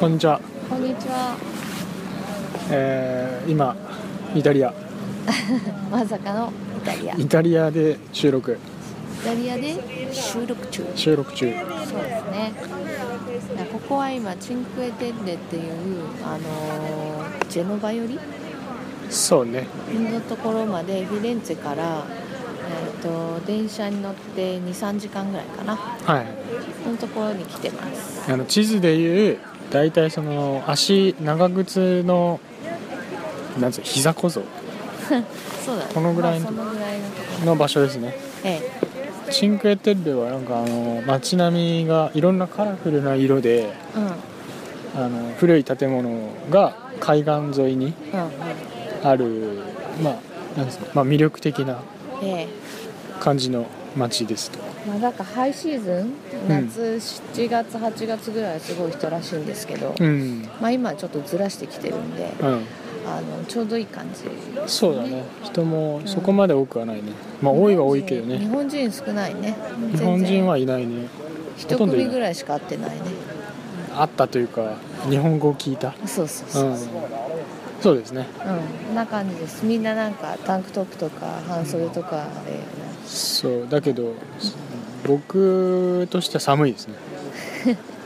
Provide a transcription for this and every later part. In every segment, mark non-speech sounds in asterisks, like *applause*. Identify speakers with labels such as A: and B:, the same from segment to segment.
A: こんにちは、
B: こんにちは。
A: えー今イタリア
B: まさかのイタリア。イ
A: イタリアで収録
B: タリアで収録中。
A: 収録中
B: そうですね。いやここは今チンクエテッレっていうあのージェノバ寄り
A: そうね
B: のところまでフィレンツェから。えーと電車に乗って23時間ぐらいかな
A: はい
B: そのところに来てます
A: あの地図でいう大体その足長靴のなんつう膝小僧
B: そうだね
A: このぐらい
B: ま
A: の
B: あ、そのぐらいのとこ
A: の場所ですね
B: え
A: チンクエテッレはなんかあの街並みがいろんなカラフルな色で
B: えうんうん
A: あの古い建物が海岸沿いに
B: うん
A: ある、まあなんですかまあ、魅力的な
B: ええ
A: 感じの街ですと
B: まあ、なんかハイシーズン夏7月8月ぐらいすごい人らしいんですけど、
A: うん、
B: まあ、今ちょっとずらしてきてるんで
A: うん、
B: あのちょうどいい感じ
A: そうだね人もそこまで多くはないね、まあ多いは多いけど
B: 日
A: ね
B: 本人少ないね
A: 日本人はいないね
B: 一
A: ほとんどい
B: 組
A: ない
B: ぐらいしか会ってないね
A: あったというか日本語を聞いた
B: そうそう
A: う
B: そう、うん
A: んそうですね
B: こんな感じですみんななんかタンクトップとか半袖とかで、
A: そうだけど僕としては寒いですね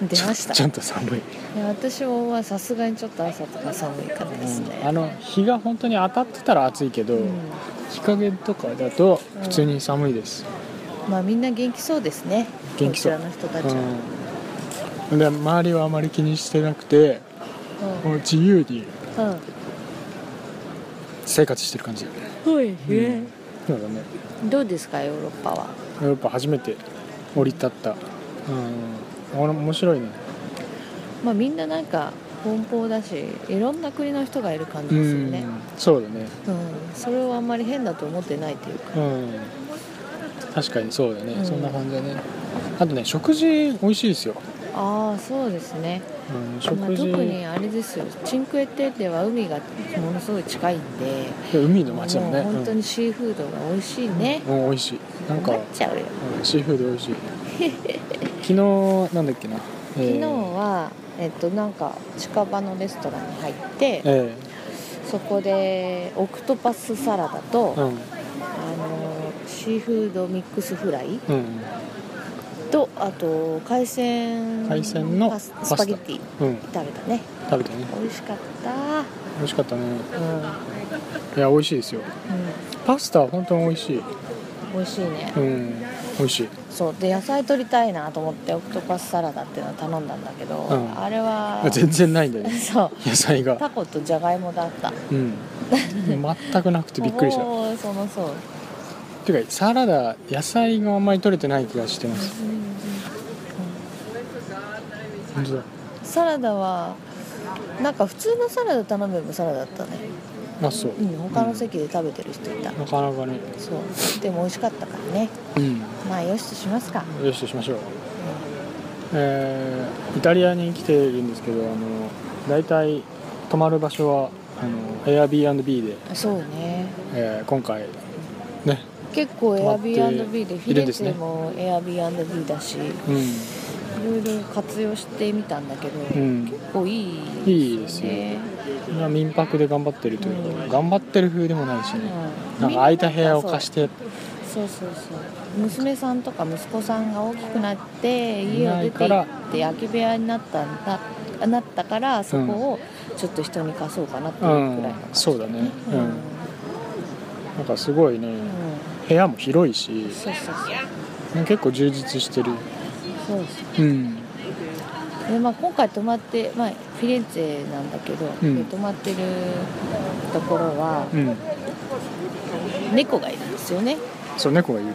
B: 出まし
A: ち
B: た
A: ょ
B: い
A: っと寒い、
B: や私もまあさすがにちょっと朝とか寒いからですね、
A: あの日が本当に当たってたら暑いけど、
B: うん
A: 日陰とかだと普通に寒いです、
B: まあみんな元気そうですね
A: 元気そう
B: こちらの人たちは、
A: うん、で周りはあまり気にしてなくてもう自由に
B: うんうん
A: 生活してる感じ
B: はい、
A: うんそうだね
B: どうですかヨーロッパは
A: ヨーロッパ初めて降り立ったうんあれ面白いね
B: まあみんななんか奔放だしいろんな国の人がいる感じですよね
A: そうだね
B: うん、それをあんまり変だと思ってないというか
A: うん確かにそうだね、
B: うん
A: そんな感じだねあとね食事美味しいですよ、
B: ああそうですね、
A: うん、
B: まあ、
A: 食事、
B: 特にあれですよチンクエテでは海がものすごい近いんで
A: 海の街だもんね
B: もう本当にシーフードが美味しいね、
A: うん、うん美味しいなんか、
B: 困っちゃうよ
A: うんシーフード美味しい
B: *laughs*
A: 昨日なんだっけな昨
B: 昨日はえっとなんか近場のレストランに入って
A: え
B: そこでオクトパスサラダと、
A: えうん
B: あのシーフードミックスフライ
A: うん
B: とあと海鮮
A: 海鮮の
B: パス
A: パスタ
B: スパゲッティ
A: うん
B: 食べたね
A: 食べたね
B: 美味しかった
A: 美味しかったね
B: うん、うん、
A: いや美味しいですよパスタは本当に美味しい
B: 美味しいね、
A: うん美味しい
B: そうで野菜取りたいなと思ってオクトパスサラダっていうのを頼んだんだけど、
A: うん
B: あれは
A: あ全然ないんだよね
B: *laughs* そう
A: 野菜が
B: タコとじゃがいもだった
A: うん全くなくてびっくりした
B: ほぼそのそう、
A: ていうかサラダ野菜があんまり取れてない気がしてます
B: うん
A: 本当だ
B: サラダはなんか普通のサラダ頼めばサラダだったね
A: あそう、
B: うん他の席で食べてる人いた、
A: なかなかね
B: そうでも美味しかったからね
A: うん
B: まあよしとしますか
A: よしとしましょうえーイタリアに来ているんですけどあの大体泊まる場所はあの Airbnb で、
B: そうね
A: えー今回ね
B: 結構
A: 泊まっている
B: Airbnb でフィレンツェも Airbnb だしい
A: うん
B: ろいろ活用してみたんだけど、
A: うん
B: 結構いい
A: いいですよみんな民泊で頑張ってるというか、
B: うん
A: 頑張ってる風でもないし
B: うん
A: ね、なんか空いた部屋を貸してて
B: そうそうそう娘さんとか息子さんが大きくなって家を出て
A: い
B: 行
A: ない
B: っ
A: か
B: て空き部屋になったんだあなったからそこをちょっと人に貸そうかなっていううくらい
A: ん
B: の感じ
A: そうだねうん、
B: うん
A: なんかすごいね
B: うん
A: 部屋も広いし
B: そうそうそう
A: 結構充実してる
B: そうです
A: うん
B: でまあ、今回泊まって、まあ、フィレンツェなんだけど、
A: うん
B: で泊まってるところは
A: うん
B: 猫がいるんですよね、
A: そう猫がいるね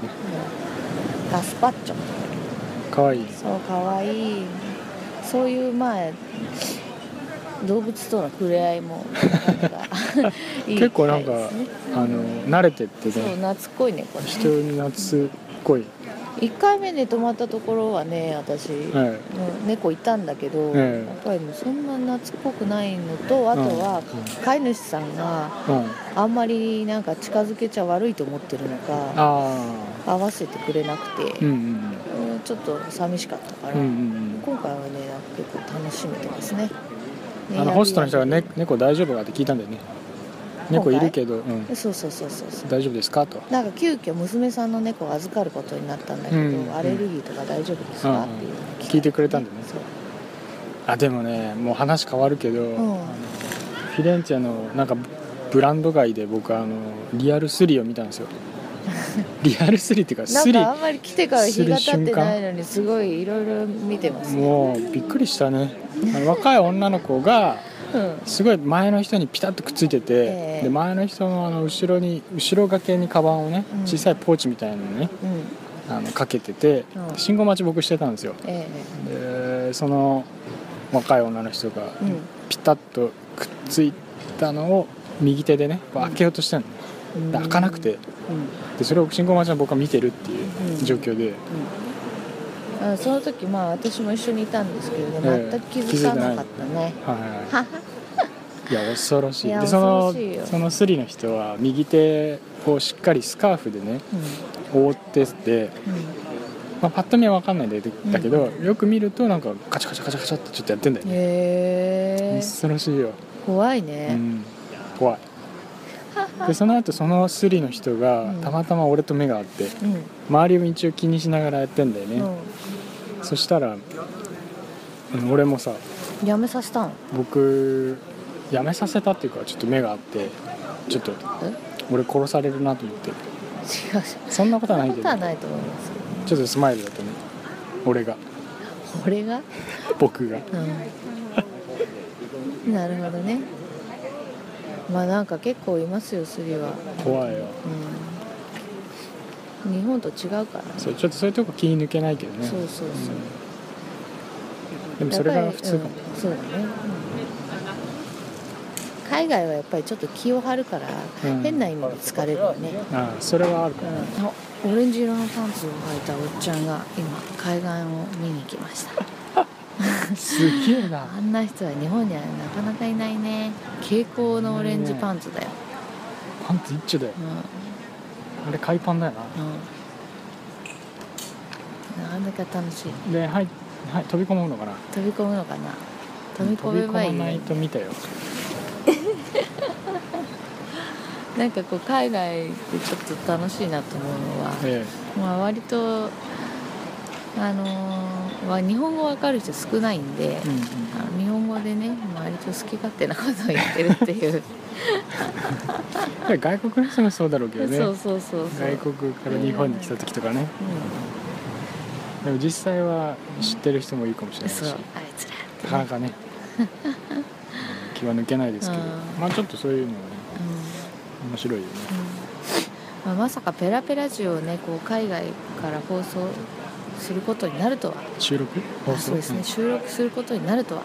B: ガスパッチョ
A: かわいい
B: そうかわいいそういうまあ動物との触れ合
A: *laughs*
B: いもなんかいい
A: 結構なんか、
B: 機会ですね
A: あの慣れてって
B: そう
A: ね
B: 懐っこい猫ね
A: 人に夏っこい、
B: 1回目で泊まったところはね私、
A: え
B: うん猫いたんだけど、
A: ええ
B: やっぱりもうそんな懐っこくないのとあとは
A: うんうん
B: 飼い主さんが
A: えうん、あ
B: あんまりなんか近づけちゃ悪いと思ってるのか
A: あ
B: 合わせてくれなく
A: う
B: て、
A: ん
B: うんちょっと寂しかったか
A: うんう
B: ら、
A: んうん
B: 今回はねは結構楽しみてますね
A: あのホストの人が、ね
B: ね、
A: 猫大丈夫かって聞いたんだよね猫いるけど、うん、
B: そうそうそうそうそう
A: 大丈夫ですかと
B: なんか急遽娘さんの猫を預かることになったんだけど、
A: うん
B: アレルギーとか大丈夫ですか、
A: うん
B: っていうのを
A: 聞いてくれたんだね
B: そう
A: あでもねもう話変わるけど、
B: ん
A: あのフィレンツェのなんかブランド街で僕あのリアルスリを見たん
B: *laughs*
A: ですよリアルスリっていうか
B: な
A: ス
B: ん
A: リ
B: かあんまり来てから日が
A: する
B: 経
A: 瞬
B: って
A: 間
B: ないのにすごいいろいろ見てますね
A: もうびっくりしたねあの若い女の子が
B: うん
A: すごい前の人にピタッとくっついてて、
B: ええ
A: で前の人のあの後ろに後ろ掛けにカバンをね
B: うん
A: 小さいポーチみたいなのね
B: うん
A: あのかけてて、
B: うん
A: 信号待ち僕してたんですよ
B: え
A: でその若い女の人が
B: えうん
A: ピタッとくっついたのを右手でねこう開けようとしてるの、
B: うん
A: で開かなくて
B: うん
A: でそれを信号待ちの僕は見てるっていう状況で、
B: あその時まあ私も一緒にいたんですけれど
A: ええ
B: 全く気づかなかったね、
A: はい
B: *laughs*
A: はいいや恐ろしい
B: いや
A: でその
B: 恐ろしいよ
A: そのスリの人は右手をしっかりスカーフでね覆ってて、
B: うんうん
A: まあ、パッと見は分かんないんだけどだけど、よく見るとなんかカチャカチャカチャカチャってちょっとやってんだよね、
B: へえ
A: 恐ろしいよ、
B: 怖いうね、
A: ん、怖いでその後そのスリの人が
B: うん
A: たまたま俺と目が合って
B: うん
A: 周りを一応気にしながらやってんだよね、そしたらうん俺もさ
B: うん、やめさせたの
A: 僕やめさせたっていうかちょっと目があってちょっと *laughs*
B: え違う
A: 俺殺されるなと思って
B: 違う
A: そんなこと
B: そ
A: は
B: ん
A: な
B: ない
A: け
B: こと
A: ど
B: はないと思いますけど
A: ちょっとスマイルだったね俺が
B: 俺が、
A: 僕が
B: うん、なるほどねまあなんか結構いますよスリは、
A: 怖いよ
B: うん、日本と違うからね
A: そうちょっとそういうとこ気抜けないけどね
B: そうそうそう、
A: でもそれが普通かも
B: やっぱりうんそうだね、うん海外はやっぱりちょっと気を張るから、
A: うん
B: 変な意味で疲れるよね、
A: ああそれはあるか
B: うんあオレンジ色のパンツを履いたおっちゃんが今海岸を見に来ました *laughs*
A: らすげえな
B: あんな人は日本にはなかなかいないね蛍光のオレンジパンツだよ、
A: パンツ一丁だよあれ海パンだよな
B: うんうんなかなか楽しい
A: ではい、はい、飛び込むのかな
B: 飛び込むのかな飛び込めばいい
A: 飛び込ま
B: の
A: な
B: に
A: いと見たよ
B: なんかこう海外でちょっと楽しいなと思うのは、
A: え
B: まあ、割と、あのーまあ日本語わかる人少ないんで、
A: えうんうん
B: あの日本語でね割と好き勝手なことを言ってるっていう
A: いや外国の人もそうだろうけどね
B: そうそうそうそう、
A: 外国から日本に来た時とかねでも実際は知ってる人もいるかもしれ
B: うん、
A: ないし
B: そうあい
A: な
B: つら
A: かなか
B: *laughs*
A: ねうん気は抜けないですけど
B: うん
A: まあちょっとそういうのはね
B: うん
A: 面白いよね
B: うんまあ、まさかペラペラジオをねこう海外から放送することになるとは
A: 収録放
B: あ
A: 送
B: そうですね、収録することになるとは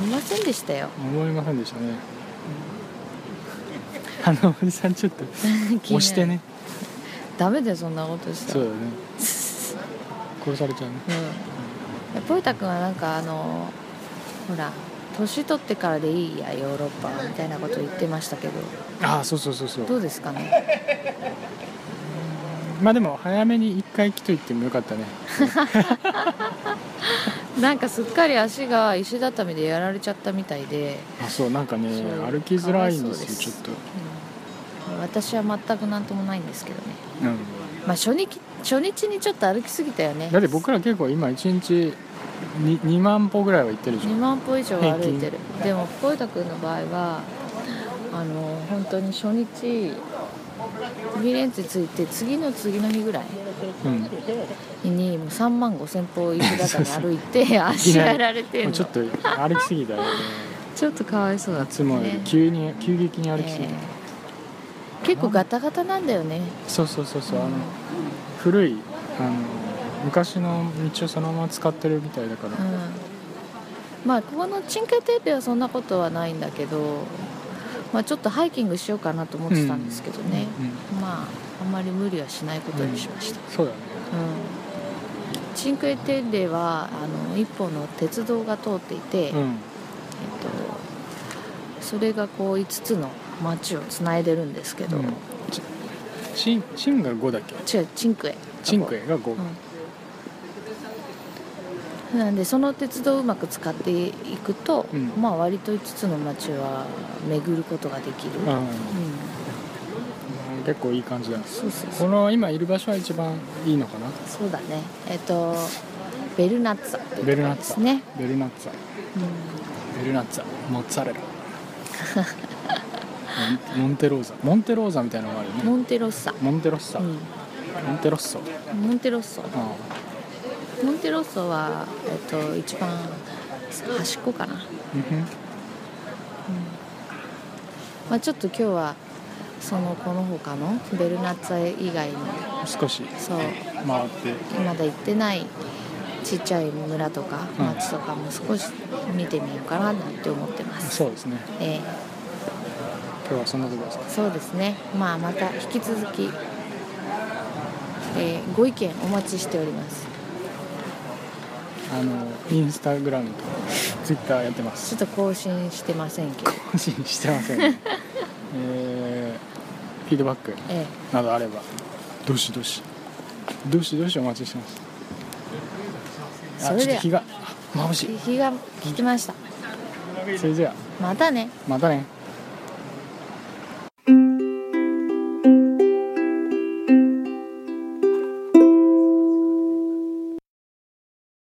B: 思いませんでしたよ
A: うん思いませんでしたねあのおじさんちょっ
B: *laughs*
A: と押してね
B: ダメだよそんなことした
A: そ
B: ら *laughs*
A: うだよね殺されちゃうね
B: うん、ポイタ君はなんかあのほら年取ってからでいいやヨーロッパはみたいなこと言ってましたけど
A: ああそうそうそうそ
B: ど
A: う
B: うですかね
A: まあでも早めに一回来といてもよかったね
B: なんかすっかり足が石畳でやられちゃったみたいで、
A: あそうなんかね
B: そう
A: 歩きづらいんです
B: かわい
A: よ
B: そうで
A: ちょ
B: す
A: っと
B: うん私は全く何ともないんですけどね
A: うん
B: まあ初日初日にちょっと歩きすぎたよね
A: だって僕ら結構今1日に 2, 万歩ぐらいは行ってるじゃ
B: 2
A: ん
B: 万歩以上歩いてるでもポイタ君の場合はあの本当に初日フィレンツェ着いて次の次の日ぐらい
A: うんも
B: にもう3万5千歩石畳歩
A: *laughs*
B: いて足やられてん
A: う
B: の
A: ちょっと歩きすぎたよ
B: *laughs*
A: ね
B: ちょっとかわいそうだっ
A: い
B: た
A: つもより急に急激に歩きすぎた、
B: ええ結構ガタガタなんだよね
A: そうそうそうそうあの
B: うん
A: 古いあの昔の道をそのまま使ってるみたいだから、
B: うんまあここのチンケテーペはそんなことはないんだけどまあちょっとハイキングしようかなと思ってたんですけどね、
A: うん
B: まああんまり無理はしないことにしました、
A: そうだね
B: うん、チンクエテッレはあの一本の鉄道が通っていて、
A: う
B: えっ
A: ん
B: と、それがこう5つの町をつないでるんですけど、
A: うんちチンチンが5だっけ
B: 違うチンクエ
A: チンクエが5、
B: うんなんでその鉄道をうまく使っていくと、
A: うん
B: まあ割と5つの街は巡ることができる、うん、
A: あー結構いい感じだ
B: そうそうそ
A: こ
B: う
A: の今いる場所は一番いいのかな
B: そうだねえっ、とベルナッツァっていう
A: ベルナッ
B: とこ
A: ツァ、
B: ろですね、
A: ベルナッツァベルナッツァモッツァレラモンモンテローザモンテローザみたいなのがあるよ
B: うん、モ
A: ね
B: ンテロッサ、
A: モンテロッサ、
B: うん、
A: モンテロッソ、
B: モンテロッソ
A: あ
B: モンテロッソは、えっと、一番端っこかな、まあ、ちょっと今日はそのこの他のベルナッツァ以外の
A: あ少し
B: そう
A: 回って
B: まだ行ってないちっちゃい村とか
A: うん
B: 町とかも少し見てみようかななんて思ってます、
A: そうですね
B: え
A: 今日はそんなとこです
B: ーそうですねまあまた引き続き、えーご意見お待ちしております
A: あのインスタグラムとツイッターやってま
B: ちょ
A: す
B: っと更新してませんけど、
A: 更新してません、
B: *laughs*
A: ねえーフィードバック
B: えー
A: などあればどしどしどしどしお待ちしてます
B: そ
A: あ
B: れ
A: ちょっ
B: で
A: と
B: は
A: 日が眩しい
B: 日が来てました
A: それじゃあ
B: またね
A: またね